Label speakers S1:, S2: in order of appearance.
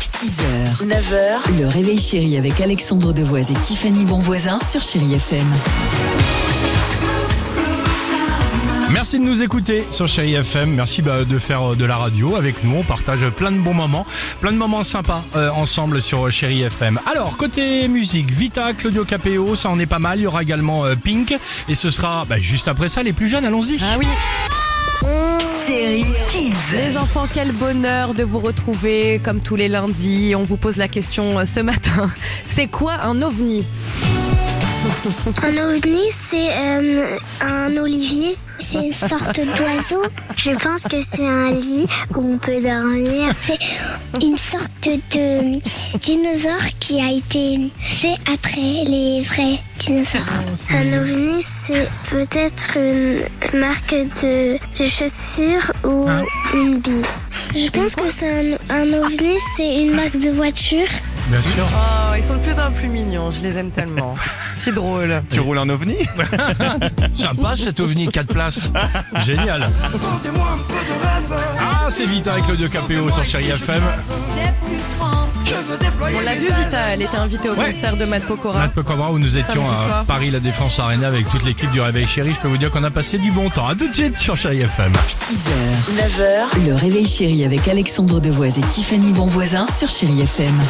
S1: 6h, 9h, le réveil chéri avec Alexandre Devoise et Tiffany Bonvoisin sur Chérie FM.
S2: Merci de nous écouter sur Chéri FM. Merci bah, de faire euh, de la radio avec nous. On partage plein de bons moments, plein de moments sympas euh, ensemble sur Chéri FM. Alors, côté musique, Vita, Claudio Capéo, ça en est pas mal. Il y aura également euh, Pink. Et ce sera bah, juste après ça, les plus jeunes, allons-y.
S3: Ah oui,
S1: Chérie Kids.
S3: les enfants, quel bonheur de vous retrouver comme tous les lundis. On vous pose la question euh, ce matin. C'est quoi un ovni
S4: Un ovni, c'est euh, un olivier. C'est une sorte d'oiseau. Je pense que c'est un lit où on peut dormir. C'est une sorte de dinosaure qui a été fait après les vrais dinosaures. Un ovni, c'est peut-être une marque de, de chaussures ou
S2: Hein
S4: Ah. une bille. Je pense que c'est un, un ovni, c'est une marque de voiture.
S2: Bien sûr.
S3: Oh, ils sont de plus en plus mignons, je les aime tellement. C'est drôle.
S5: Tu roules un ovni
S2: Sympa cet ovni, 4 places. Génial. Ah, c'est Vita avec Claudio Capéo sur Chéri FM.
S3: On l'a vu Vita, elle était invitée au
S2: Ouais.
S3: concert de Matt Pokora.
S2: Matt Pokora où nous étions
S3: Samedi
S2: à
S3: soir.
S2: Paris La Défense Arena avec toute l'équipe du Réveil Chéri. Je peux vous dire qu'on a passé du bon temps. À tout de suite sur Chéri FM.
S1: 6h, 9h, le réveil chéri avec Alexandre Devoise et Tiffany Bonvoisin sur Chérie FM.